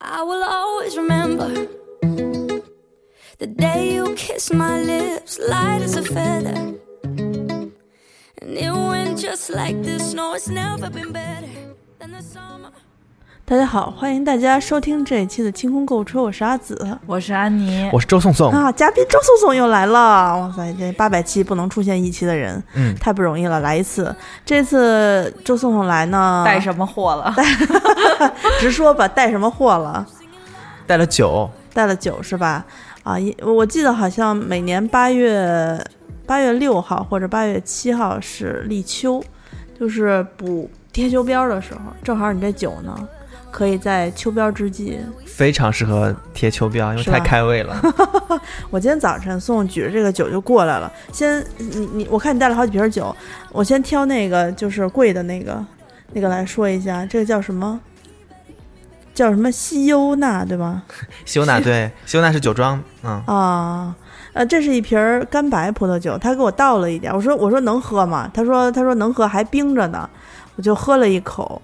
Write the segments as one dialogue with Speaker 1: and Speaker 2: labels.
Speaker 1: I will always remember the day you kissed my lips, light as a feather. And it went just like this. No, it's never been better than the summer.
Speaker 2: 大家好，欢迎大家收听这一期的清空购物车，我是阿紫
Speaker 3: 我是安妮，
Speaker 4: 我是周颂颂，
Speaker 2: 啊，嘉宾周颂颂又来了，哇塞，这八百期不能出现一期的人，
Speaker 4: 嗯，
Speaker 2: 太不容易了，来一次。这次周颂颂来呢，
Speaker 3: 带什么货 了？
Speaker 2: 直说吧，带什么货了？
Speaker 4: 带了酒，
Speaker 2: 带了酒是吧？啊，一我记得好像每年八月八月六号或者八月七号是立秋，就是补贴秋膘的时候，正好你这酒呢，可以在秋膘之际。
Speaker 4: 非常适合贴秋膘，因为
Speaker 2: 是吧
Speaker 4: 太开胃了。
Speaker 2: 我今天早晨宋宋举着这个酒就过来了，先你你我看你带了好几瓶酒，我先挑那个就是贵的那个那个来说一下，这个叫什么？叫什么西优娜对吗？
Speaker 4: 修娜对，修娜是酒庄，嗯，
Speaker 2: 啊，呃，这是一瓶儿干白葡萄酒，他给我倒了一点儿，我说我说能喝吗？他说他说能喝，还冰着呢，我就喝了一口。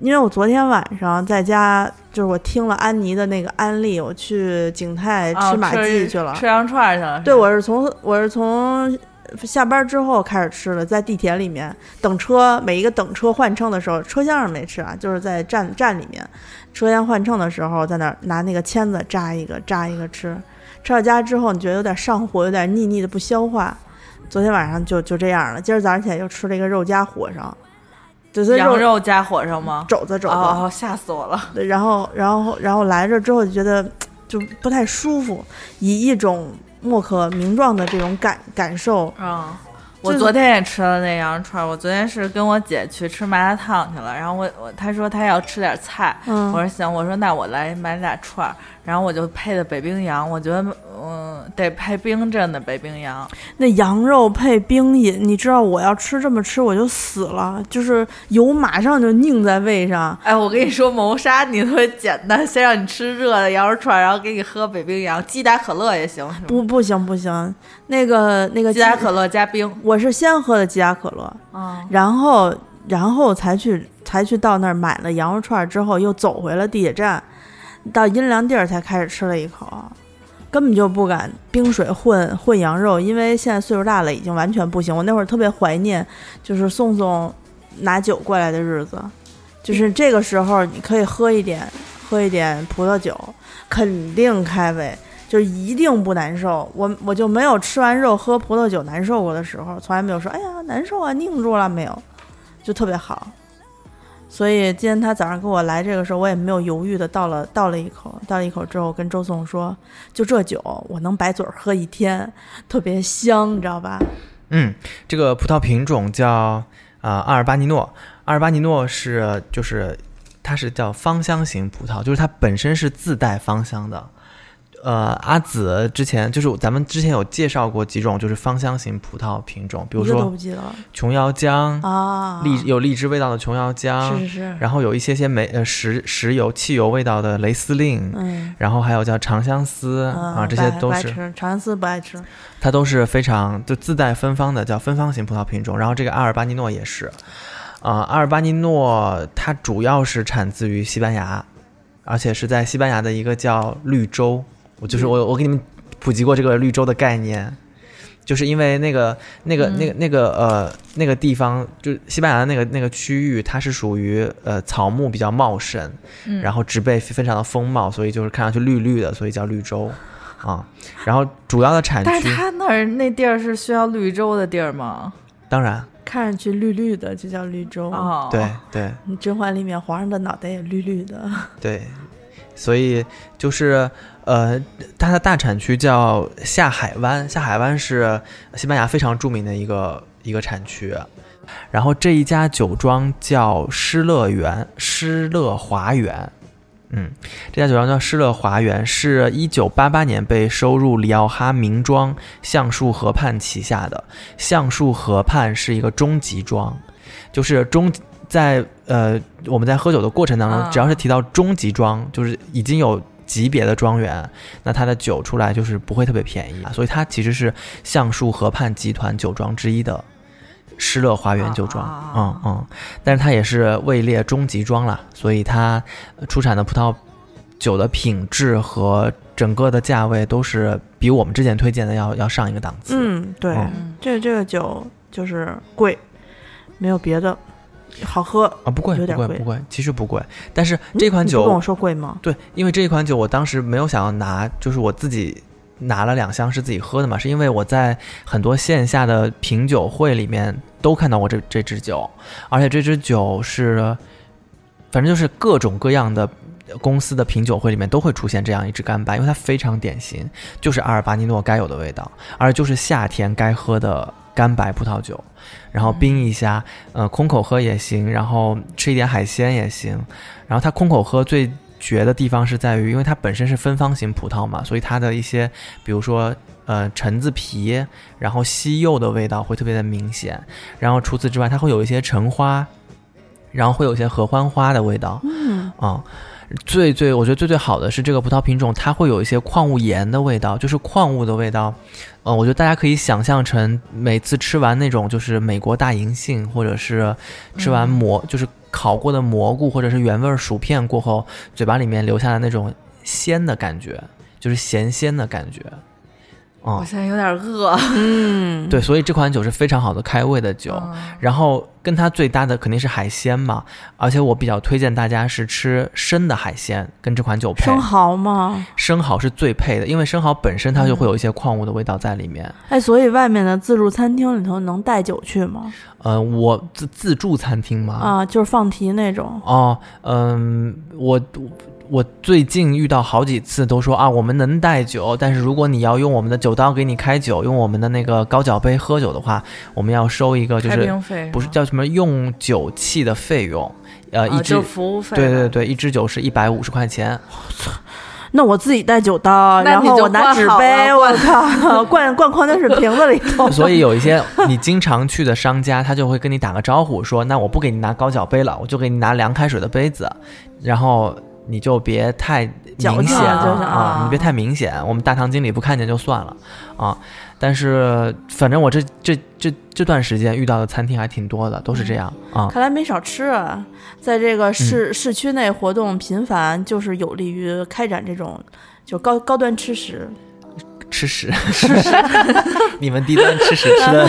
Speaker 2: 因为我昨天晚上在家，就是我听了安妮的那个安利，我去景泰
Speaker 3: 啊
Speaker 2: 吃马记去了。
Speaker 3: 吃羊串儿去了。
Speaker 2: 对，我是从我是从下班之后开始吃的，在地铁里面等车，每一个等车换乘的时候，车厢上没吃啊，就是在站站里面，车厢换乘的时候，在那儿拿那个签子扎一个扎一个吃，吃到家之后你觉得有点上火，有点腻腻的不消化，昨天晚上就就这样了，今儿早上起来又吃了一个肉夹火烧，就是
Speaker 3: 羊
Speaker 2: 肉
Speaker 3: 肉加火烧吗？
Speaker 2: 肘子肘子，
Speaker 3: 哦，吓死我了！
Speaker 2: 对然后然后然后来这之后就觉得就不太舒服，以一种莫可名状的这种感感受，
Speaker 3: 嗯，
Speaker 2: 就
Speaker 3: 我
Speaker 2: 是
Speaker 3: 昨天也吃了那羊串儿。我昨天是跟我姐去吃麻辣烫去了，然后我我她说她要吃点菜，
Speaker 2: 嗯
Speaker 3: 我说行，我说那我来买俩串儿，然后我就配的北冰洋，我觉得嗯得配冰镇的北冰洋，
Speaker 2: 那羊肉配冰饮，你知道我要吃这么吃我就死了，就是油马上就拧在胃上。
Speaker 3: 哎，我跟你说，谋杀你特别简单，先让你吃热的羊肉串，然后给你喝北冰洋，鸡打可乐也行，是吗
Speaker 2: 不，不行不行，那个那个
Speaker 3: 鸡打可，乐加冰。
Speaker 2: 我是先喝的鸡打可乐，
Speaker 3: 嗯，
Speaker 2: 然后然后才去才去到那儿买了羊肉串儿，之后又走回了地铁站，到阴凉地儿才开始吃了一口，根本就不敢冰水混混羊肉，因为现在岁数大了，已经完全不行。我那会儿特别怀念，就是宋宋拿酒过来的日子，就是这个时候你可以喝一点喝一点葡萄酒，肯定开胃。就是一定不难受，我我就没有吃完肉喝葡萄酒难受过的时候，从来没有说哎呀难受啊拧住了没有，就特别好。所以今天他早上给我来这个时候，我也没有犹豫的倒了倒了一口，倒了一口之后跟周颂说，就这酒我能白嘴儿喝一天，特别香，你知道吧？
Speaker 4: 嗯，这个葡萄品种叫啊、呃阿尔巴尼诺，阿尔巴尼诺是就是它是叫芳香型葡萄，就是它本身是自带芳香的。呃，阿紫之前就是咱们之前有介绍过几种就是芳香型葡萄品种，比如
Speaker 2: 一个都
Speaker 4: 说
Speaker 2: 不记得了
Speaker 4: 琼瑶浆，
Speaker 2: 啊，
Speaker 4: 荔、有荔枝啊味道的琼瑶浆，
Speaker 2: 是是是，
Speaker 4: 然后有一些些煤呃石石油汽油味道的雷司令，
Speaker 2: 嗯。
Speaker 4: 然后还有叫长相思啊，
Speaker 2: 嗯
Speaker 4: 这
Speaker 2: 不爱
Speaker 4: 些都
Speaker 2: 不爱
Speaker 4: 是
Speaker 2: 吃长相思不爱吃，
Speaker 4: 它都是非常就自带芬芳的，叫芬芳型葡萄品种。然后这个阿尔巴尼诺也是，啊、阿尔巴尼诺它主要是产自于西班牙，而且是在西班牙的一个叫绿洲。我就是我我给你们普及过这个绿洲的概念，就是因为那个那个
Speaker 3: 嗯
Speaker 4: 那个那个呃那个地方，就西班牙的那个那个区域，它是属于呃草木比较茂盛，
Speaker 3: 嗯
Speaker 4: 然后植被非常的丰茂，所以就是看上去绿绿的，所以叫绿洲。啊，然后主要的产区，
Speaker 3: 但是他那儿那地儿是需要绿洲的地儿吗？
Speaker 4: 当然，
Speaker 2: 看上去绿绿的就叫绿洲。
Speaker 3: 哦，
Speaker 4: 对对
Speaker 2: 《甄嬛》里面皇上的脑袋也绿绿的，
Speaker 4: 对，所以就是呃，它的大产区叫下海湾，下海湾是西班牙非常著名的一个一个产区。然后这一家酒庄叫施乐园，施乐华园。嗯，这家酒庄叫施乐华园，是一九八八年被收入里奥哈名庄橡树河畔旗下的。橡树河畔是一个中级庄，就是中在呃我们在喝酒的过程当中，
Speaker 3: 啊
Speaker 4: 只要是提到中级庄，就是已经有级别的庄园，那它的酒出来就是不会特别便宜，所以它其实是橡树河畔集团酒庄之一的施乐华园酒庄。
Speaker 3: 啊
Speaker 4: 嗯嗯，但是它也是位列中级庄啦，所以它呃出产的葡萄酒的品质和整个的价位都是比我们之前推荐的要要上一个档次。
Speaker 2: 嗯，对，
Speaker 4: 嗯
Speaker 2: 这这个酒就是贵，没有别的好喝。
Speaker 4: 啊，不贵，
Speaker 2: 有
Speaker 4: 不
Speaker 2: 点
Speaker 4: 贵，
Speaker 2: 贵
Speaker 4: 不贵，其实不贵。但是
Speaker 2: 嗯
Speaker 4: 这款
Speaker 2: 你不跟我
Speaker 4: 酒，
Speaker 2: 说贵吗？
Speaker 4: 对，因为这一款酒我当时没有想要拿，就是我自己拿了两箱是自己喝的嘛，是因为我在很多线下的品酒会里面都看到过这这支酒，而且这支酒是，反正就是各种各样的。公司的品酒会里面都会出现这样一支干白，因为它非常典型，就是阿尔巴尼诺该有的味道，而就是夏天该喝的干白葡萄酒，然后冰一下，呃，空口喝也行，然后吃一点海鲜也行。然后它空口喝最绝的地方是在于，因为它本身是芬芳型葡萄嘛，所以它的一些，比如说呃橙子皮，然后西柚的味道会特别的明显。然后除此之外，它会有一些橙花，然后会有一些合欢花的味道。
Speaker 2: 嗯，
Speaker 4: 啊、最最我觉得最最好的是这个葡萄品种，它会有一些矿物盐的味道，就是矿物的味道。嗯、我觉得大家可以想象成每次吃完那种就是美国大银杏，或者是吃完蘑、就是烤过的蘑菇或者是原味儿薯片过后，嘴巴里面留下的那种鲜的感觉，就是咸鲜的感觉。
Speaker 3: 我
Speaker 4: 嗯，
Speaker 3: 现在有点饿。
Speaker 2: 嗯，
Speaker 4: 对，所以这款酒是非常好的开胃的酒。
Speaker 3: 嗯
Speaker 4: 然后跟它最搭的肯定是海鲜嘛，而且我比较推荐大家是吃生的海鲜，跟这款酒 配
Speaker 2: 生蚝吗？
Speaker 4: 生蚝是最配的，因为生蚝本身它就会有一些矿物的味道在里面。
Speaker 2: 哎，所以外面的自助餐厅里头能带酒去吗？
Speaker 4: 嗯、我自自助餐厅嘛，
Speaker 2: 啊，就是放题那种。
Speaker 4: 哦，嗯，我我最近遇到好几次都说啊，我们能带酒，但是如果你要用我们的酒刀给你开酒，用我们的那个高脚杯喝酒的话，我们要收一个就
Speaker 3: 开
Speaker 4: 是
Speaker 3: 瓶费
Speaker 4: 不是
Speaker 3: 吗
Speaker 4: 叫什么用酒器的费用，呃，
Speaker 3: 啊
Speaker 4: 一支
Speaker 3: 就服务费吧，
Speaker 4: 对对对，一支酒是一百五十块钱。
Speaker 2: 那我自己带酒刀，
Speaker 3: 那
Speaker 2: 然
Speaker 3: 你
Speaker 2: 后
Speaker 3: 就
Speaker 2: 我拿
Speaker 3: 灌
Speaker 2: 纸
Speaker 3: 好
Speaker 2: 杯，
Speaker 3: 了
Speaker 2: 我靠，灌灌矿泉水瓶子里头。
Speaker 4: 所以有一些你经常去的商家，他就会跟你打个招呼说：“那我不给你拿高脚杯了，我就给你拿凉开水的杯子。”然后你就别太
Speaker 2: 矫
Speaker 4: 明
Speaker 2: 情
Speaker 4: 显
Speaker 2: 了就是
Speaker 4: 啊
Speaker 3: 啊，
Speaker 4: 你别太明显，我们大堂经理不看见就算了啊。但是反正我这这这这段时间遇到的餐厅还挺多的，都是这样啊。
Speaker 2: 看来没少吃啊，在这个
Speaker 4: 嗯
Speaker 2: 市、市区内活动频繁，就是有利于开展这种就高高端吃食。
Speaker 4: 吃屎，吃屎， 你们低端吃屎吃的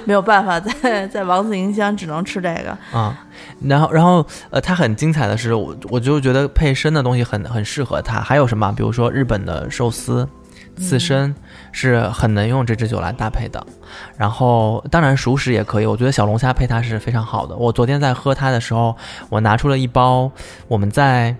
Speaker 2: 没有办法，在 在王子营乡只能吃这个。
Speaker 4: 啊、然后然后呃，它很精彩的是，我我就觉得配生的东西很很适合它。还有什么啊？比如说日本的寿司刺身是很能用这支酒来搭配的。然后当然熟食也可以，我觉得小龙虾配它是非常好的。我昨天在喝它的时候，我拿出了一包我们在。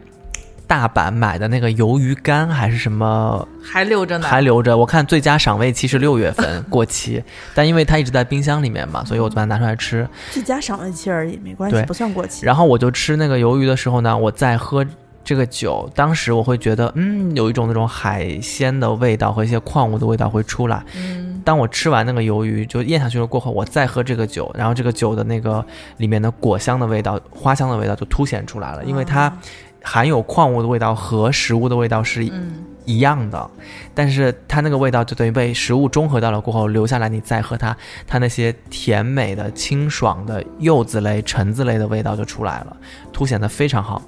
Speaker 4: 大阪买的那个鱿鱼干还是什么
Speaker 3: 还留着呢，
Speaker 4: 还留着，我看最佳赏味期是六月份过期，但因为它一直在冰箱里面嘛，所以我就把它拿出来吃。
Speaker 2: 最佳赏味期而已，没关系
Speaker 4: 对，
Speaker 2: 不算过期。
Speaker 4: 然后我就吃那个鱿鱼的时候呢，我在喝这个酒，当时我会觉得，嗯，有一种那种海鲜的味道和一些矿物的味道会出来。
Speaker 3: 嗯
Speaker 4: 当我吃完那个鱿鱼就咽下去了过后，我再喝这个酒，然后这个酒的那个里面的果香的味道、花香的味道就凸显出来
Speaker 3: 啊
Speaker 4: 了，因为它含有矿物的味道和食物的味道是
Speaker 3: 嗯，
Speaker 4: 一样的，但是它那个味道就等于被食物中和到了过后留下来，你再喝它，它那些甜美的、清爽的柚子类、橙子类的味道就出来了，凸显的非常好。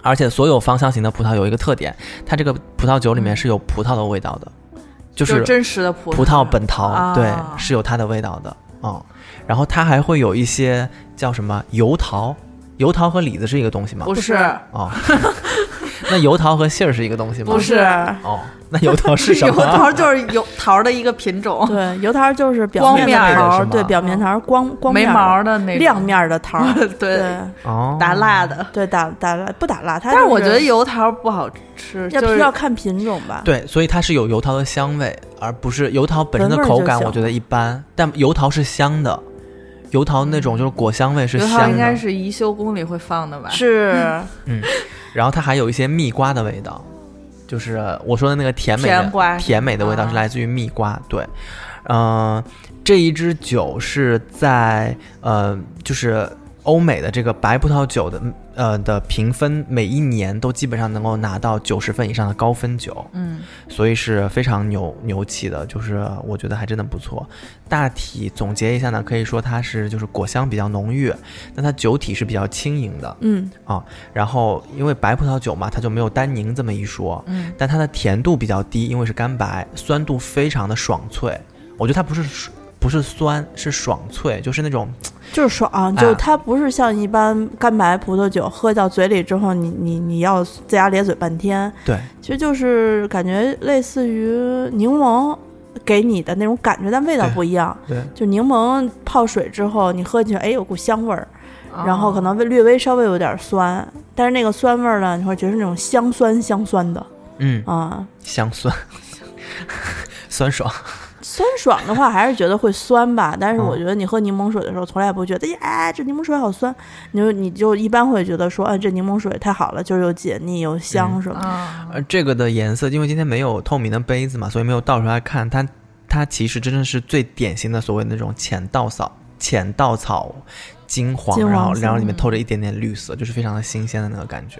Speaker 4: 而且所有芳香型的葡萄有一个特点，它这个葡萄酒里面是有葡萄的味道的，就
Speaker 3: 就是真实的葡
Speaker 4: 葡萄本桃，
Speaker 3: 啊
Speaker 4: 对，是有它的味道的嗯。然后它还会有一些叫什么油桃，油桃和李子是一个东西吗？
Speaker 3: 不是
Speaker 4: 哦， 那油桃和杏儿是一个东西吗？
Speaker 3: 不是
Speaker 4: 哦，那油桃是 什
Speaker 3: 油
Speaker 4: 么？
Speaker 3: 桃 就是油桃的一个品种，
Speaker 2: 对，油桃就是表
Speaker 3: 光
Speaker 2: 面
Speaker 3: 面
Speaker 2: 的
Speaker 3: 儿
Speaker 2: 桃
Speaker 4: 是
Speaker 2: 儿，
Speaker 4: 吗
Speaker 2: 对，表面桃儿光光
Speaker 3: 没
Speaker 2: 面儿
Speaker 3: 毛儿的那种
Speaker 2: 亮 面儿的桃儿，
Speaker 3: 对，
Speaker 4: 哦，
Speaker 3: 打蜡的。
Speaker 2: 对打打蜡不打蜡，它
Speaker 3: 但
Speaker 2: 是
Speaker 3: 是我觉得油桃不好吃，
Speaker 2: 要
Speaker 3: 就是
Speaker 2: 要看品种吧。
Speaker 4: 对，所以它是有油桃的香味，而不是油桃本身的
Speaker 2: 闻味儿
Speaker 4: 口
Speaker 2: 就
Speaker 4: 感，
Speaker 2: 行
Speaker 4: 我觉得一般。但油桃是香的，油桃那种就是果香味是
Speaker 3: 油桃
Speaker 4: 香
Speaker 3: 应该
Speaker 4: 的，
Speaker 3: 是宜修宫里会放的吧？
Speaker 2: 是
Speaker 4: 然后它还有一些蜜瓜的味道，就是我说的那个甜美的
Speaker 3: 甜瓜嗯
Speaker 4: 甜美的味道是来自于蜜瓜。对，嗯、这一支酒是在呃，就是欧美的这个白葡萄酒的呃的评分，每一年都基本上能够拿到九十分以上的高分酒，
Speaker 3: 嗯
Speaker 4: 所以是非常牛牛气的，就是我觉得还真的不错。大体总结一下呢，可以说它是就是果香比较浓郁，但它酒体是比较轻盈的。啊
Speaker 2: 嗯
Speaker 4: 然后因为白葡萄酒嘛，它就没有单宁这么一说，
Speaker 3: 嗯
Speaker 4: 但它的甜度比较低，因为是干白，酸度非常的爽脆。我觉得它不是不是酸，是爽脆，就是那种
Speaker 2: 就是爽，就它不是像一般干白葡萄酒喝到嘴里之后，你你你要龇牙咧嘴半天，
Speaker 4: 对
Speaker 2: 其实就是感觉类似于柠檬给你的那种感觉，但味道
Speaker 4: 对
Speaker 2: 不一样。
Speaker 4: 对
Speaker 2: 就柠檬泡水之后，你喝进去，哎，有股香味儿，
Speaker 3: 哦
Speaker 2: 然后可能微略微稍微有点酸，但是那个酸味儿呢，你会觉得是那种香酸香酸的
Speaker 4: 嗯
Speaker 2: 啊。
Speaker 4: 香酸 酸爽。
Speaker 2: 酸爽的话，还是觉得会酸吧。但是我
Speaker 4: 嗯
Speaker 2: 觉得你喝柠檬水的时候，从来不觉得呀，这柠檬水好酸。你就你就一般会觉得说，啊，这柠檬水太好了，就是又解腻又香什么的。
Speaker 3: 啊
Speaker 4: 呃，这个的颜色，因为今天没有透明的杯子嘛，所以没有倒出来看。它它其实真的是最典型的所谓的那种浅稻草、浅稻草金黄，
Speaker 2: 金黄
Speaker 4: 然后
Speaker 2: 色嗯
Speaker 4: 然后里面透着一点点绿色，就是非常的新鲜的那个感觉。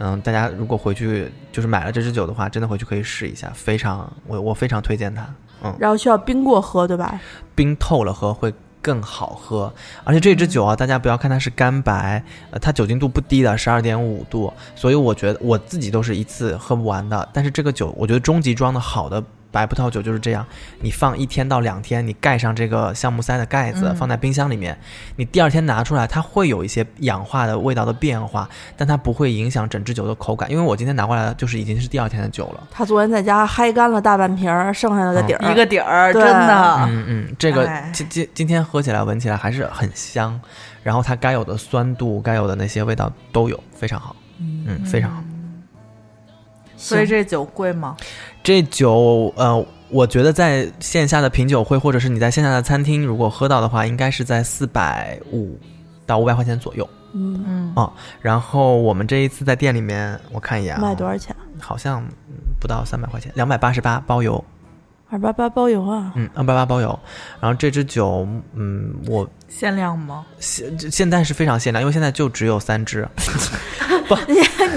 Speaker 4: 嗯，大家如果回去就是买了这支酒的话，真的回去可以试一下，非常我我非常推荐它。嗯，
Speaker 2: 然后需要冰过喝，对吧？
Speaker 4: 冰透了喝会更好喝。而且这支酒啊，大家不要看它是干白，呃，它酒精度不低的，十二点五度，所以我觉得我自己都是一次喝不完的。但是这个酒，我觉得终极装的好的。白葡萄酒就是这样，你放一天到两天，你盖上这个橡木塞的盖子，
Speaker 3: 嗯
Speaker 4: 放在冰箱里面，你第二天拿出来，它会有一些氧化的味道的变化，但它不会影响整支酒的口感。因为我今天拿过来的就是已经是第二天的酒了。
Speaker 2: 他昨天在家嗨干了大半瓶儿，剩下的个底儿、
Speaker 3: 一个底儿，
Speaker 2: 对
Speaker 3: 真的，
Speaker 4: 嗯嗯，这个
Speaker 3: 啊哎
Speaker 4: 今今今天喝起来、闻起来还是很香，然后它该有的酸度、该有的那些味道都有，非常好。嗯，非常好。
Speaker 3: 所以这酒贵吗？
Speaker 4: 这酒，呃，我觉得在线下的品酒会，或者是你在线下的餐厅，如果喝到的话，应该是在四百五到五百块钱左右。
Speaker 2: 嗯，
Speaker 3: 嗯
Speaker 4: 哦然后我们这一次在店里面，我看一眼、啊，
Speaker 2: 卖多少钱？
Speaker 4: 好像嗯不到三百块钱，两百八十八包邮。
Speaker 2: 二八八包邮 啊！
Speaker 4: 嗯，二百八包邮。然后这支酒，嗯，我
Speaker 3: 限量吗？
Speaker 4: 现这现在是非常限量，因为现在就只有三支，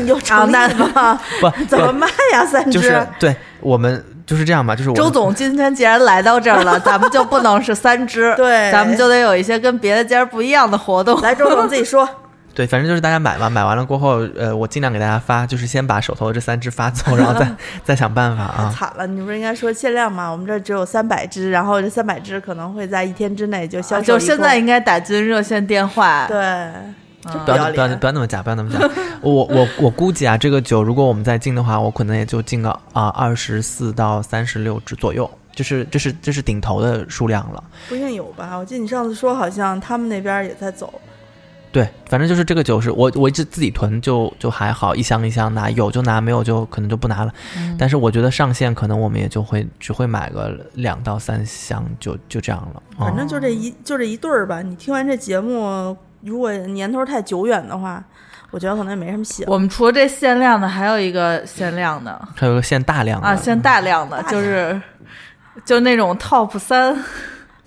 Speaker 2: 你有
Speaker 3: 诚
Speaker 2: 诚
Speaker 3: 意
Speaker 2: 意 吗？
Speaker 4: 不
Speaker 2: 怎么卖呀？三只、
Speaker 4: 就是 对我们就是这样吧，就是我们
Speaker 3: 周总今天既然来到这儿 了，咱们就不能是三支，
Speaker 2: 对
Speaker 3: 咱们就得有一些跟别的家不一样的活动。
Speaker 2: 来，周总自己说，
Speaker 4: 对，反正就是大家买嘛，买完了过后，呃，我尽量给大家发，就是先把手头的这三只发走，然后 再再想办法啊。
Speaker 2: 惨了，你不是应该说限量吗？我们这儿只有三百只，然后这三百只可能会在一天之内就销售一
Speaker 3: 啊就
Speaker 2: 空。
Speaker 3: 现在应该打进热线电话，嗯
Speaker 2: 对，真
Speaker 4: 不
Speaker 2: 不要
Speaker 4: 要不要
Speaker 2: 脸
Speaker 4: 不。要那么假，不要那么假。我我我估计啊，这个酒如果我们再进的话，我可能也就进个啊二十四到三十六支左右，这是这是这是顶头的数量了。
Speaker 2: 不一定有吧？我记得你上次说好像他们那边也在走，
Speaker 4: 对，反正就是这个酒是我我一直自己囤就就还好，一箱一箱拿，有就拿，没有就可能就不拿了。但是我觉得上限可能我们也就会只会买个两到三箱，就就这样了。嗯、
Speaker 2: 反正就这一就这一对儿吧。你听完这节目，如果年头太久远的话，我觉得可能也没什么戏了。
Speaker 3: 我们除了这限量的，还有一个限量的
Speaker 4: 嗯还有个限大量的
Speaker 3: 啊，限大量的，就是就那种 top 三，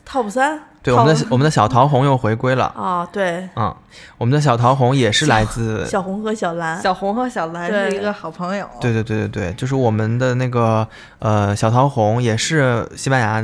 Speaker 2: Top 三
Speaker 4: 对我们的我们的小桃红又回归了。
Speaker 2: 啊，对，
Speaker 4: 嗯，我们的小桃红也是来自，
Speaker 2: 小红和小蓝，
Speaker 3: 小红和小蓝
Speaker 2: 对
Speaker 3: 是一个好朋友，
Speaker 4: 对对对对对，就是我们的那个呃小桃红也是西班牙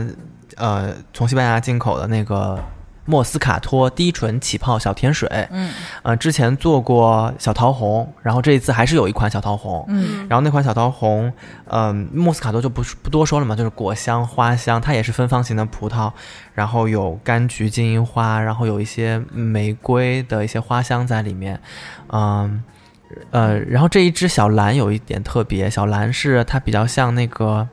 Speaker 4: 呃从西班牙进口的那个莫斯卡托低醇起泡小甜水，
Speaker 3: 嗯
Speaker 4: 呃之前做过小桃红，然后这一次还是有一款小桃红，
Speaker 3: 嗯
Speaker 4: 然后那款小桃红，嗯、莫斯卡托就不不多说了嘛，就是果香、花香，它也是芬芳型的葡萄，然后有柑橘、金银花，然后有一些玫瑰的一些花香在里面，嗯、呃，然后这一支小蓝有一点特别，小蓝是它比较像那个，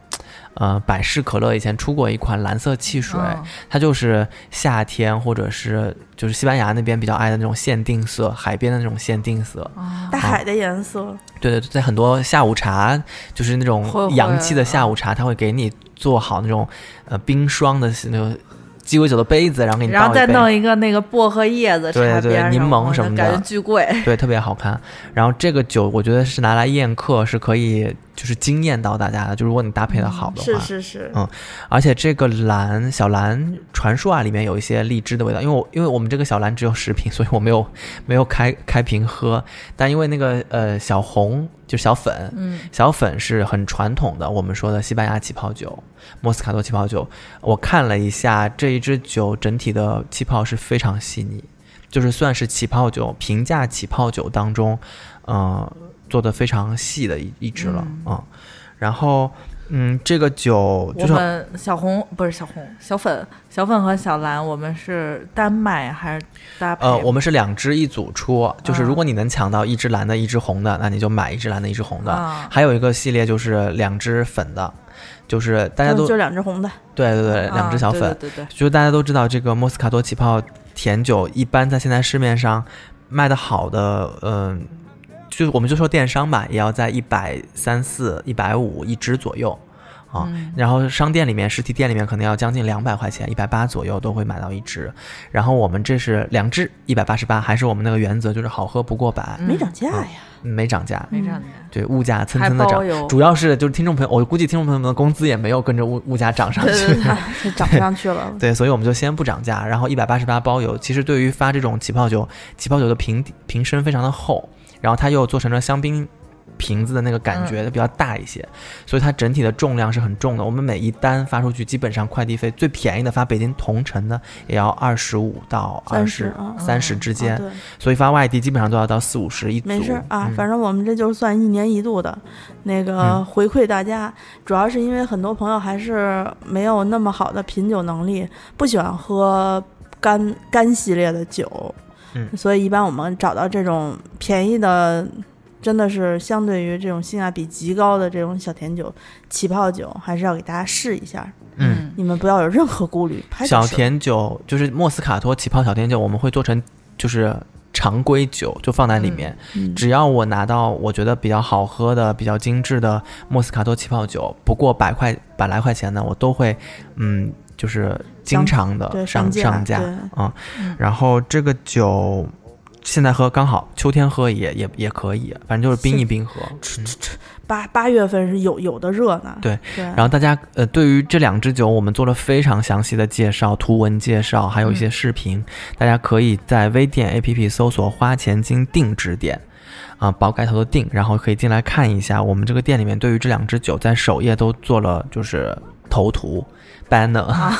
Speaker 4: 呃，百事可乐以前出过一款蓝色汽水，
Speaker 3: 嗯
Speaker 4: 它就是夏天或者是就是西班牙那边比较爱的那种限定色，海边的那种限定色，
Speaker 3: 嗯啊
Speaker 2: 大海的颜色，
Speaker 4: 对对，对在很多下午茶，就是
Speaker 3: 会啊
Speaker 4: 那种
Speaker 3: 会
Speaker 4: 洋气的下午茶，他会给你做好那种呃冰霜的那种鸡尾酒的杯子，然后给你
Speaker 3: 然
Speaker 4: 倒
Speaker 3: 后
Speaker 4: 一
Speaker 3: 再
Speaker 4: 杯，
Speaker 3: 弄一个那个薄荷叶子
Speaker 4: 对
Speaker 3: 插
Speaker 4: 对
Speaker 3: 边上，
Speaker 4: 柠檬
Speaker 3: 我就
Speaker 4: 什么的
Speaker 3: 感觉巨贵。
Speaker 4: 对，特别好看。然后这个酒我觉得是拿来宴客是可以就是惊艳到大家的，就如果你搭配的好的话，
Speaker 2: 是是是，
Speaker 4: 嗯而且这个蓝小蓝传说啊，里面有一些荔枝的味道，因为我因为我们这个小蓝只有十瓶，所以我没有没有开开瓶喝。但因为那个呃小红就是小粉，
Speaker 3: 嗯，
Speaker 4: 小粉是很传统的，我们说的西班牙起泡酒、莫斯卡托起泡酒。我看了一下这一支酒整体的气泡是非常细腻，就是算是起泡酒平价起泡酒当中，呃，做的非常细的一一支了，嗯然后。嗯，这个
Speaker 3: 我
Speaker 4: 酒就是
Speaker 3: 们小红不是小红，小粉，小粉和小蓝，我们是单卖还是搭配？
Speaker 4: 呃，我们是两支一组出，就是
Speaker 3: 啊
Speaker 4: 如果你能抢到一支蓝的，一支红的，那你就买一支蓝的，一支红的。
Speaker 3: 啊
Speaker 4: 还有一个系列就是两支粉的，就是大家
Speaker 2: 就
Speaker 4: 都
Speaker 2: 就两只红的，
Speaker 4: 对对对，两只
Speaker 3: 嗯啊
Speaker 4: 小粉。
Speaker 3: 对对对
Speaker 4: 就是大家都知道，这个莫斯卡托起泡甜酒一般在现在市面上卖的好的，嗯、就我们就说电商吧，也要在一百三四、一百五一支左右啊。
Speaker 3: 嗯
Speaker 4: 然后商店里面、实体店里面可能要将近两百块钱，一百八左右都会买到一支。然后我们这是两支，一百八十八，还是我们那个原则，就是好喝不过百，
Speaker 2: 嗯
Speaker 3: 嗯
Speaker 2: 没嗯涨价呀，
Speaker 4: 没涨价。
Speaker 3: 对，没涨价。
Speaker 4: 对，物价蹭蹭的
Speaker 3: 还包邮
Speaker 4: 涨，主要是就是听众朋友，我估计听众朋友们的工资也没有跟着物物价涨 上去。
Speaker 3: 对对对
Speaker 2: 是涨上去了。
Speaker 4: 对，所以我们就先不涨价，然后一百八十八包邮。其实对于发这种起泡酒，起泡酒的瓶底瓶身非常的厚，然后它又做成了香槟瓶子的那个感
Speaker 2: 嗯
Speaker 4: 觉比较大一些，所以它整体的重量是很重的。我们每一单发出去，基本上快递费最便宜的发北京同城的也要二十五到二十
Speaker 2: 30啊
Speaker 4: 三十之间，
Speaker 2: 啊对，
Speaker 4: 所以发外地基本上都要到四五十一组。
Speaker 2: 没事儿啊，
Speaker 4: 嗯
Speaker 2: 反正我们这就算一年一度的，那个
Speaker 4: 嗯
Speaker 2: 回馈大家，主要是因为很多朋友还是没有那么好的品酒能力，不喜欢喝干干系列的酒，
Speaker 4: 嗯
Speaker 2: 所以一般我们找到这种便宜的，真的是相对于这种性价比极高的这种小甜酒、起泡酒，还是要给大家试一下，
Speaker 4: 嗯。
Speaker 2: 你们不要有任何顾虑。拍
Speaker 4: 小
Speaker 2: 甜
Speaker 4: 甜酒就是莫斯卡托起泡小甜酒，我们会做成就是常规酒，就放在
Speaker 2: 嗯
Speaker 4: 里面。只要我拿到我觉得比较好喝的、比较精致的莫斯卡托起泡酒，不过百块百来块钱的，我都会嗯，就是经常
Speaker 2: 对
Speaker 4: 的
Speaker 2: 上
Speaker 4: 上
Speaker 2: 架
Speaker 4: 上架
Speaker 2: 对嗯
Speaker 4: 啊、然后这个酒。现在喝刚好，秋天喝也也也可以，反正就是冰一冰喝。嗯
Speaker 2: 八八月份是有有的热呢，
Speaker 4: 对
Speaker 2: 对，
Speaker 4: 然后大家呃，对于这两支酒，我们做了非常详细的介绍，图文介绍，还有一些视频，
Speaker 3: 嗯
Speaker 4: 大家可以在微店 APP 搜索“花钱精定制店”，啊，宝盖头的定，然后可以进来看一下。我们这个店里面对于这两支酒在首页都做了就是头图 banner，、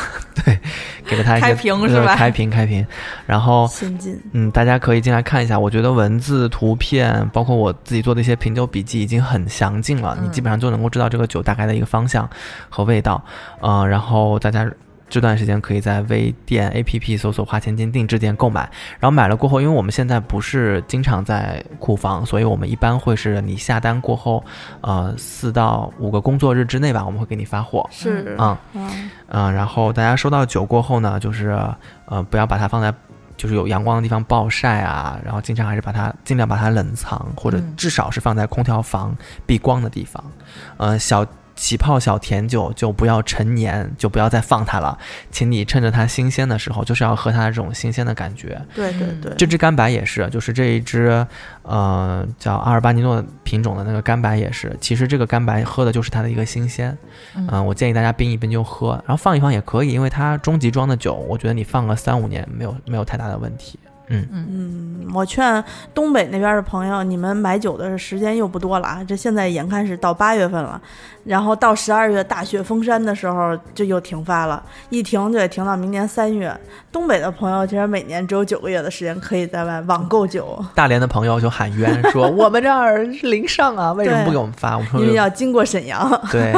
Speaker 4: 对， 给了他一些
Speaker 3: 啊开屏是
Speaker 4: 对
Speaker 3: 吧
Speaker 4: 开屏开屏，然后
Speaker 2: 先进。
Speaker 4: 嗯，大家可以进来看一下。我觉得文字、图片，包括我自己做的一些品酒笔记，已经很详尽了。你基本上就能够知道这个酒大概的一个方向和味道。呃，然后大家这段时间可以在微店 APP 搜索“花钱金定制店”购买。然后买了过后，因为我们现在不是经常在库房，所以我们一般会是你下单过后，呃，四到五个工作日之内吧，我们会给你发货。
Speaker 2: 是
Speaker 4: 嗯
Speaker 2: 嗯
Speaker 4: 嗯、然后大家收到酒过后呢，就是呃，不要把它放在就是有阳光的地方暴晒啊，然后经常还是把它尽量把它冷藏，或者
Speaker 3: 嗯
Speaker 4: 至少是放在空调房避光的地方。呃，小起泡小甜酒就不要陈年，就不要再放它了，请你趁着它新鲜的时候，就是要喝它的这种新鲜的感觉。
Speaker 2: 对对
Speaker 3: 嗯
Speaker 2: 对，
Speaker 4: 这支干白也是，就是这一支，呃，叫阿尔巴尼诺品种的那个干白也是。其实这个干白喝的就是它的一个新鲜，嗯、我建议大家冰一冰就喝，然后放一放也可以，因为它终极装的酒，我觉得你放个三五年没有没有太大的问题。
Speaker 2: 嗯我劝东北那边的朋友，你们买酒的时间又不多了啊！这现在眼看是到八月份了，然后到十二月大雪封山的时候就又停发了，一停就得停到明年三月。东北的朋友其实每年只有九个月的时间可以在外网购酒，
Speaker 4: 大连的朋友就喊冤说：“ 我们这儿零上啊，为什么不给我们发？”我们说
Speaker 2: 因为要经过沈阳，
Speaker 4: 对，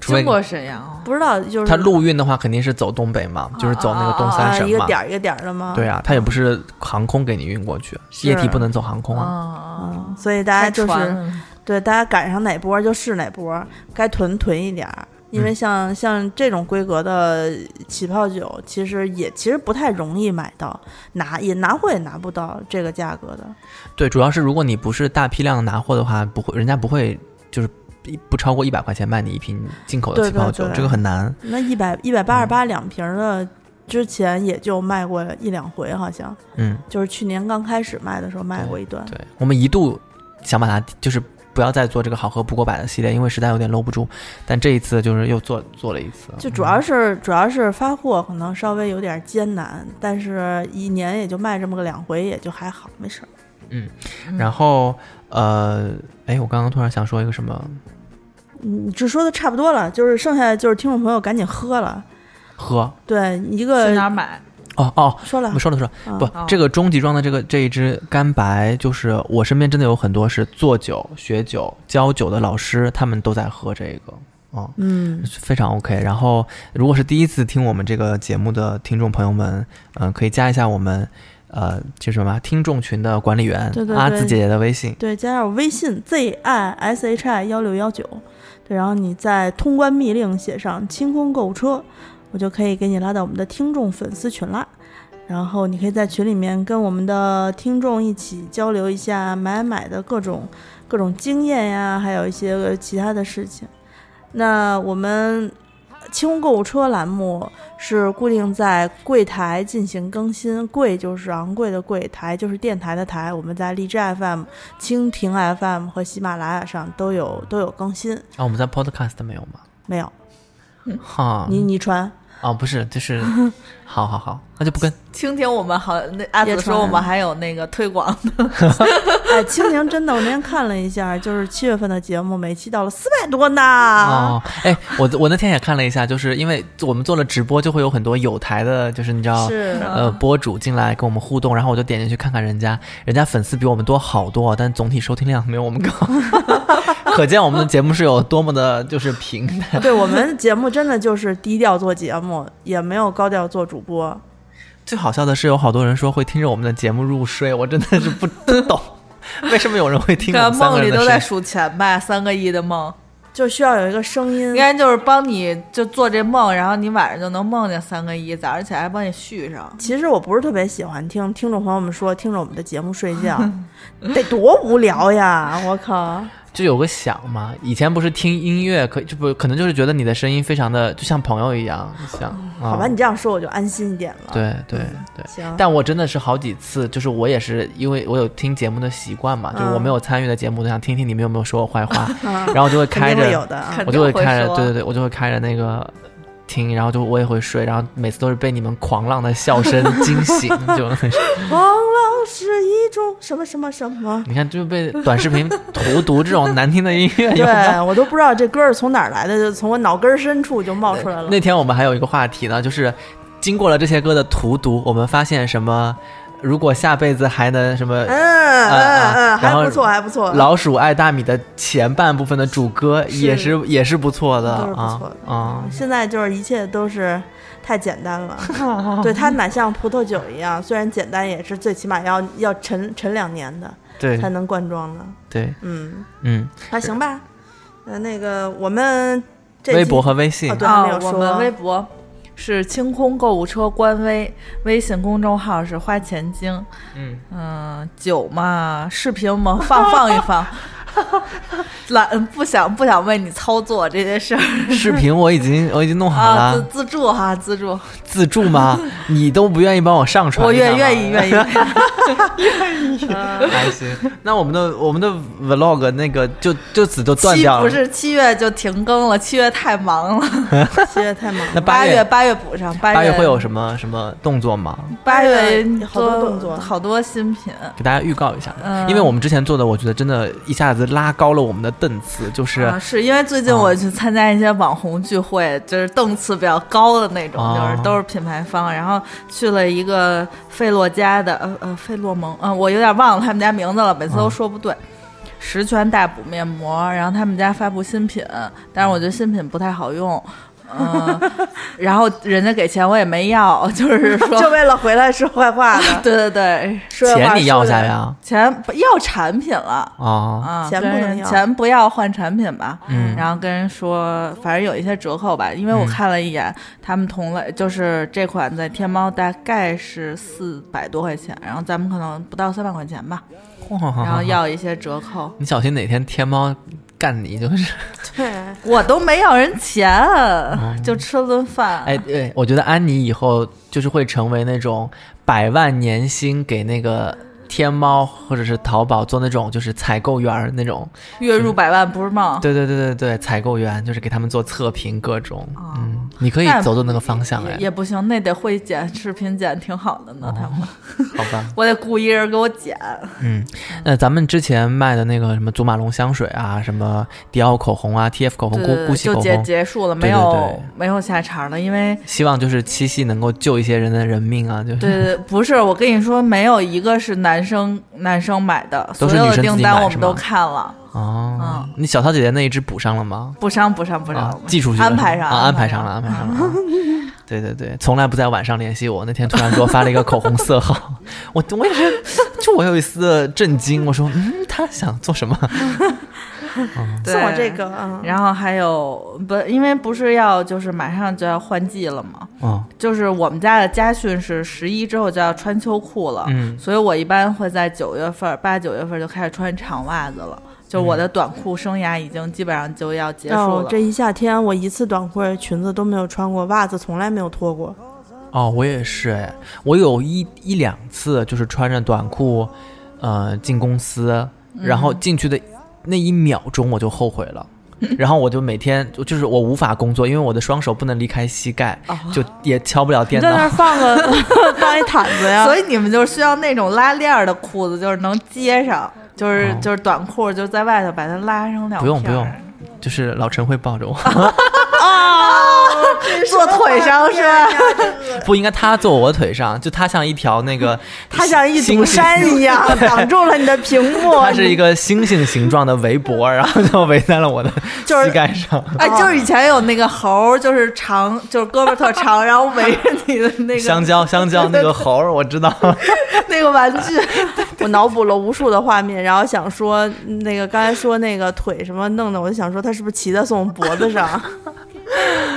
Speaker 4: 除非
Speaker 3: 经过沈阳哦，
Speaker 2: 不知道就是
Speaker 4: 他陆运的话，肯定是走东北嘛，就是走那个东三
Speaker 2: 啊
Speaker 4: 省
Speaker 2: 一个
Speaker 4: 嘛。
Speaker 2: 点儿一个点儿的嘛。
Speaker 4: 对啊，他也不是航空给你运过去，液体不能走航空啊。
Speaker 3: 啊，
Speaker 2: 嗯，所以大家
Speaker 3: 开
Speaker 2: 就
Speaker 3: 船
Speaker 2: 是对，大家赶上哪波就是哪波，该囤囤一点儿。因为像、像这种规格的起泡酒，其实也其实不太容易买到，拿也拿货也拿不到这个价格的。
Speaker 4: 对，主要是如果你不是大批量拿货的话，不会，人家不会就是一不超过一百块钱卖你一瓶进口的
Speaker 2: 对
Speaker 4: 气泡
Speaker 2: 对
Speaker 4: 酒，
Speaker 2: 对
Speaker 4: 这个很难。
Speaker 2: 那一百一百八十八两瓶儿的，之前也就卖过一两回，好像
Speaker 4: 嗯，
Speaker 2: 嗯就是去年刚开始卖的时候卖过一段。
Speaker 4: 对，我们一度想把它就是不要再做这个好喝不过百的系列，因为实在有点搂不住。但这一次就是又做做了一次，
Speaker 2: 就主要是主要是发货可能稍微有点艰难，但是一年也就卖这么个两回，也就还好，没事儿。
Speaker 4: 嗯然后呃，哎，我刚刚突然想说一个什么
Speaker 2: 嗯，这说的差不多了，就是剩下的就是听众朋友赶紧喝了。
Speaker 4: 喝
Speaker 2: 对，一
Speaker 3: 去哪
Speaker 2: 个
Speaker 3: 儿买？
Speaker 4: 哦哦，
Speaker 2: 说了
Speaker 4: 我，说了说了，
Speaker 2: 嗯
Speaker 4: 不，这个终极装的这个这一支干白，就是我身边真的有很多是做酒、学酒、教酒的老师，他们都在喝这个，嗯，
Speaker 2: 嗯，
Speaker 4: 非常 OK。然后，如果是第一次听我们这个节目的听众朋友们，嗯、可以加一下我们呃，就是什么听众群的管理员
Speaker 2: 对对对
Speaker 4: 阿紫姐姐的微信，
Speaker 2: 对，加上我微信 z i s h i 幺六幺九，对，然后你在通关密令写上“清空购物车”，我就可以给你拉到我们的听众粉丝群啦。然后你可以在群里面跟我们的听众一起交流一下买买的各种各种经验呀，还有一些呃其他的事情。那我们清空购物车栏目是固定在柜台进行更新，柜就是昂贵的柜，台就是电台的台。我们在荔枝 FM 蜻蜓 FM 和喜马拉雅上都有都有更新。
Speaker 4: 啊，我们在 Podcast 没有吗？
Speaker 2: 没有，
Speaker 4: 哈，
Speaker 2: 你你传，
Speaker 4: 哦，不是，就是， 好好好，那就不跟
Speaker 3: 蜻蜓我们好，那阿
Speaker 2: 也
Speaker 3: 紫
Speaker 2: 传
Speaker 3: 说我们还有那个推广的，
Speaker 2: 哎，蜻蜓真的，我那天看了一下，就是七月份的节目，每期到了四百多呢。
Speaker 4: 哦，哎，我我那天也看了一下，就是因为我们做了直播，就会有很多有台的，就是你知道，
Speaker 2: 是
Speaker 4: 呃，博主进来跟我们互动，然后我就点进去看看人家，人家粉丝比我们多好多，但总体收听量没有 我们高，可见我们的节目是有多么的就是平淡。
Speaker 2: 对我们节目真的就是低调做节目，也没有高调做主播。
Speaker 4: 最好笑的是，有好多人说会听着我们的节目入睡，我真的是不不 懂，为什么有人会听我
Speaker 3: 个
Speaker 4: 们三
Speaker 3: 啊
Speaker 4: 个
Speaker 3: 梦
Speaker 4: 人
Speaker 3: 里
Speaker 4: 的
Speaker 3: 都
Speaker 2: 啊
Speaker 3: 在
Speaker 4: 声音？
Speaker 3: 数钱吧，三个亿的梦，
Speaker 2: 嗯就需要有一个声音
Speaker 3: 应，该就是帮你就做这梦，然后你晚上就能梦见三个亿，早上起来还帮你续上。
Speaker 2: 其实我不是特别喜欢听听众朋友们说听着我们的节目睡 觉，得多无聊呀！我靠，
Speaker 4: 就有个响嘛。以前不是听音乐，可就不可能就是觉得你的声音非常的就像朋友一样，像啊
Speaker 2: 好吧，你这样说我就安心一点了。，
Speaker 4: 对对对。
Speaker 2: 行，
Speaker 4: 但我真的是好几次，就是我也是因为我有听节目的习惯
Speaker 2: 嗯
Speaker 4: 嘛，就是我没有参与的节目，都想听听你们有没有说我 坏话，然后就会
Speaker 2: 肯
Speaker 4: 开
Speaker 2: 定会有
Speaker 4: 着，
Speaker 2: 的啊。
Speaker 3: 肯
Speaker 4: 我就会
Speaker 3: 定会
Speaker 4: 开着，
Speaker 3: 说
Speaker 4: 对对对，我就会开着那个听，然后就我也会睡，然后每次都是被你们狂浪的笑声惊 醒，就哎？
Speaker 2: 狂浪是一种什么什么什么
Speaker 4: 你看就被短视频 荼毒这种难听的音乐。
Speaker 2: 对
Speaker 4: 有没有
Speaker 2: 我都不知道这歌儿是从哪儿来的，就从我脑根儿深处就冒出来了。
Speaker 4: 那天我们还有一个话题呢，就是经过了这些歌的荼毒，我们发现什么？如果下辈子还能什么？
Speaker 2: 嗯嗯嗯，还
Speaker 4: 啊然后
Speaker 2: 不错，还不错。
Speaker 4: 老鼠爱大米的前半部分的主歌也是也是不错的
Speaker 2: 都是不
Speaker 4: 啊
Speaker 2: 错的
Speaker 4: 啊！
Speaker 2: 现在就是一切都是太简单 了，对它哪像葡萄酒一样，虽然简单，也是最起码要要陈陈两年的
Speaker 4: 对
Speaker 2: 才能灌装的。
Speaker 4: 对，
Speaker 2: 嗯，
Speaker 4: 嗯，
Speaker 2: 还行吧。呃，那个我们这期
Speaker 4: 微博和微信啊
Speaker 2: 哦，对还没有
Speaker 3: 我
Speaker 2: 说
Speaker 3: 们微博是清空购物车官微，微信公众号是花钱精。
Speaker 4: 嗯
Speaker 3: 嗯，酒嘛，视频我们放放一 放。懒不想不想为你操作这些事儿
Speaker 4: 视频我已经我已经弄好
Speaker 3: 啊，自
Speaker 4: 了，
Speaker 3: 自助哈、自助，
Speaker 4: 自助吗？你都不愿意帮我上传，
Speaker 3: 我愿
Speaker 4: 你知道吗
Speaker 3: 愿意愿意。
Speaker 4: 还行。那我们的我们的 vlog 那个就就此就 断
Speaker 3: 七
Speaker 4: 掉
Speaker 3: 不
Speaker 4: 了。
Speaker 3: 是七月就停更了，七月太忙了，
Speaker 2: 七月太忙 了
Speaker 4: 那
Speaker 3: 八
Speaker 4: 月
Speaker 3: 八月补上，八
Speaker 4: 八
Speaker 3: 月
Speaker 4: 月会有什么什么动作吗？
Speaker 3: 八月
Speaker 2: 好多动作
Speaker 3: 好多新品。
Speaker 4: 给大家预告一下吧，
Speaker 3: 嗯
Speaker 4: 因为我们之前做的，我觉得真的一下子拉高了我们的档次，就是、
Speaker 3: 啊，是因为最近
Speaker 4: 啊
Speaker 3: 我去参加一些网红聚会，就是档次比较高的那种，
Speaker 4: 啊
Speaker 3: 就是都是品牌方，然后去了一个费洛嘉的，呃呃，费洛蒙，嗯、我有点忘了他们家名字了，每次
Speaker 4: 啊
Speaker 3: 都说不对。十全大补面膜，然后他们家发布新品，但是我觉得新品不太好用， 嗯、然后人家给钱我也没要，就是说，，
Speaker 2: 就为了回来说坏话的
Speaker 3: 对对对，
Speaker 2: 说坏话
Speaker 4: 钱你要
Speaker 2: 说
Speaker 4: 下
Speaker 2: 的
Speaker 4: 呀？
Speaker 3: 钱不要产品了，
Speaker 4: 啊，
Speaker 3: 啊，
Speaker 2: 钱
Speaker 3: 跟
Speaker 2: 不能
Speaker 3: 人
Speaker 2: 要
Speaker 3: 钱不要换产品吧。
Speaker 4: 嗯
Speaker 3: 然后跟人说，反正有一些折扣吧，因为我
Speaker 4: 嗯
Speaker 3: 看了一眼，他们同类就是这款在天猫大概是四百多块钱，然后咱们可能不到三百块钱吧，
Speaker 4: 啊
Speaker 3: 然后要一些折扣，
Speaker 4: 你小心哪天天猫干你 就是。
Speaker 2: 对，
Speaker 3: 我都没要人钱，就吃了顿饭。
Speaker 4: 哦哎，对，我觉得安妮以后就是会成为那种百万年薪给那个天猫或者是淘宝做那种就是采购员儿那种，
Speaker 3: 月入百万不是梦。
Speaker 4: 对对对对对，采购员就是给他们做测评各种，
Speaker 3: 哦
Speaker 4: 嗯，你可以
Speaker 3: 那
Speaker 4: 走走那个方向
Speaker 3: 也
Speaker 4: 哎，
Speaker 3: 也不行，那得会剪视频剪，挺好的
Speaker 4: 哦
Speaker 3: 呢。他们，
Speaker 4: 好吧，
Speaker 3: 我得雇一人给我剪。
Speaker 4: 嗯，那咱们之前卖的那个什么祖马龙香水啊，什么迪奥口红啊，TF 口红，
Speaker 3: 对
Speaker 4: 姑
Speaker 3: 对
Speaker 4: 姑
Speaker 3: 对，
Speaker 4: 息
Speaker 3: 就
Speaker 4: 口
Speaker 3: 结
Speaker 4: 红，
Speaker 3: 结束了，
Speaker 4: 对
Speaker 3: 没
Speaker 4: 对
Speaker 3: 有
Speaker 4: 对
Speaker 3: 没有下茬了，因为
Speaker 4: 希望就是七夕能够救一些人的人命啊， 就是
Speaker 3: 对对对，不是我跟你说，没有一个是男生男生买的，
Speaker 4: 都
Speaker 3: 所
Speaker 4: 是
Speaker 3: 有
Speaker 4: 女
Speaker 3: 的
Speaker 4: 生自
Speaker 3: 订
Speaker 4: 己
Speaker 3: 单
Speaker 4: 买
Speaker 3: 我
Speaker 4: 是
Speaker 3: 们都
Speaker 4: 吗
Speaker 3: 看了，
Speaker 4: 哦，
Speaker 3: 嗯
Speaker 4: 你小涛姐姐那一支补上了吗？
Speaker 3: 不伤不伤不伤
Speaker 4: 啊，，寄出去了
Speaker 3: 安排上
Speaker 4: 啊，安排上了，安排上了。啊对对对，从来不在晚上联系我。那天突然给我发了一个口红色号， 我我也是，就我有一丝的震惊。我说，嗯，他想做什么？
Speaker 3: 对
Speaker 2: 送
Speaker 4: 啊
Speaker 2: 我这个，嗯，
Speaker 3: 然后还有不，因为不是要就是马上就要换季了嘛，
Speaker 4: 嗯
Speaker 3: 就是我们家的家训是十一之后就要穿秋裤了，
Speaker 4: 嗯
Speaker 3: 所以我一般会在九月份儿八九月份儿就开始穿长袜子了，就我
Speaker 4: 嗯
Speaker 3: 的短裤生涯已经基本上就要结束了。
Speaker 2: 哦，这一夏天我一次短裤、裙子都没有穿过，袜子从来没有脱过。
Speaker 4: 哦，我也是哎，我有一一两次就是穿着短裤，呃，进公司，然后进去的那一秒钟我就后悔了。然后我就每天就就是我无法工作，因为我的双手不能离开膝盖，就也敲不了
Speaker 2: 你
Speaker 4: 电
Speaker 2: 在那
Speaker 4: 脑
Speaker 2: 儿。放个放一毯子呀？
Speaker 3: 所以你们就需要那种拉链儿的裤子，就是能接上，就是、
Speaker 4: 哦
Speaker 3: 就是短裤，就在外头把它拉成两
Speaker 4: 不用
Speaker 3: 片
Speaker 4: 不
Speaker 3: 儿
Speaker 4: 用就是老陈会抱着我，
Speaker 2: 哦
Speaker 3: 坐腿上是吧？
Speaker 4: 不应该他坐我腿上，就他像一条那 个，
Speaker 2: 它像一堵山一样挡住了你的屏幕。
Speaker 4: 它是一个星星形状的围脖，然后就围在了我的
Speaker 3: 就是
Speaker 4: 膝盖上。
Speaker 3: 哎，就是以前有那个猴儿，就是长，就是胳膊特长，然后围着你的那
Speaker 4: 香
Speaker 3: 个
Speaker 4: 蕉，香蕉那个猴儿，我知道。
Speaker 3: 那个玩 具，
Speaker 2: 我脑补了无数的画面，然后想说那个刚才说那个腿什么弄的，我就想说他是不是骑在送脖子上？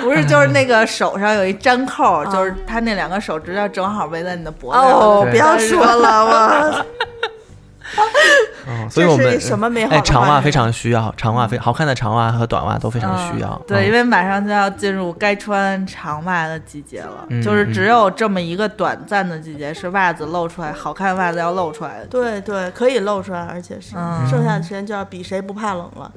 Speaker 3: 不是就是那个手上有一粘扣儿，就是他那两个手指头正好围在你的脖子上。
Speaker 2: 哦，
Speaker 4: 对
Speaker 2: 不要说了，
Speaker 4: 所以我们
Speaker 2: 这是什么美好的
Speaker 4: 哎，长
Speaker 2: 画
Speaker 4: 袜
Speaker 2: 面
Speaker 4: 非常需要，长袜非好看的长袜和短袜都非常需要
Speaker 3: 嗯。对，
Speaker 4: 嗯
Speaker 3: 因为马上就要进入该穿长袜的季节了，
Speaker 4: 嗯
Speaker 3: 就是只有这么一个短暂的季节是袜子露出来，好看袜子要露出来的。
Speaker 2: 我 对对，可以露出来，而且是、
Speaker 3: 嗯
Speaker 2: 剩下的时间就要比谁不怕冷了。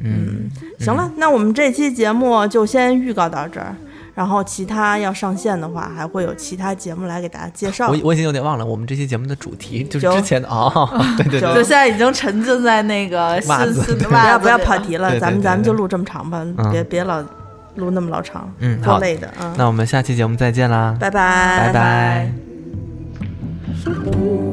Speaker 4: 嗯，
Speaker 2: 行了，那我们这期节目就先预告到这儿。然后其他要上线的话，还会有其他节目来给大家介绍
Speaker 4: 我。我已经有点忘了我们这期节目的主题，就是
Speaker 2: 就
Speaker 4: 之前的哦， 对对
Speaker 3: 就
Speaker 4: 对，
Speaker 3: 现在已经沉浸在那个新
Speaker 4: 袜子
Speaker 3: 新的
Speaker 4: 对
Speaker 2: 不
Speaker 3: 袜
Speaker 2: 要
Speaker 3: 子
Speaker 2: 不要
Speaker 3: 里了
Speaker 2: 跑题了，
Speaker 4: 对对
Speaker 2: 咱们
Speaker 4: 对
Speaker 2: 咱们就
Speaker 4: 对
Speaker 2: 录这么长吧，
Speaker 4: 嗯
Speaker 2: 别别老录那么老长，
Speaker 4: 嗯
Speaker 2: 多
Speaker 4: 好
Speaker 2: 累的啊。嗯
Speaker 4: 那我们下期节目再见啦，
Speaker 2: 拜拜
Speaker 4: 拜拜。
Speaker 3: 拜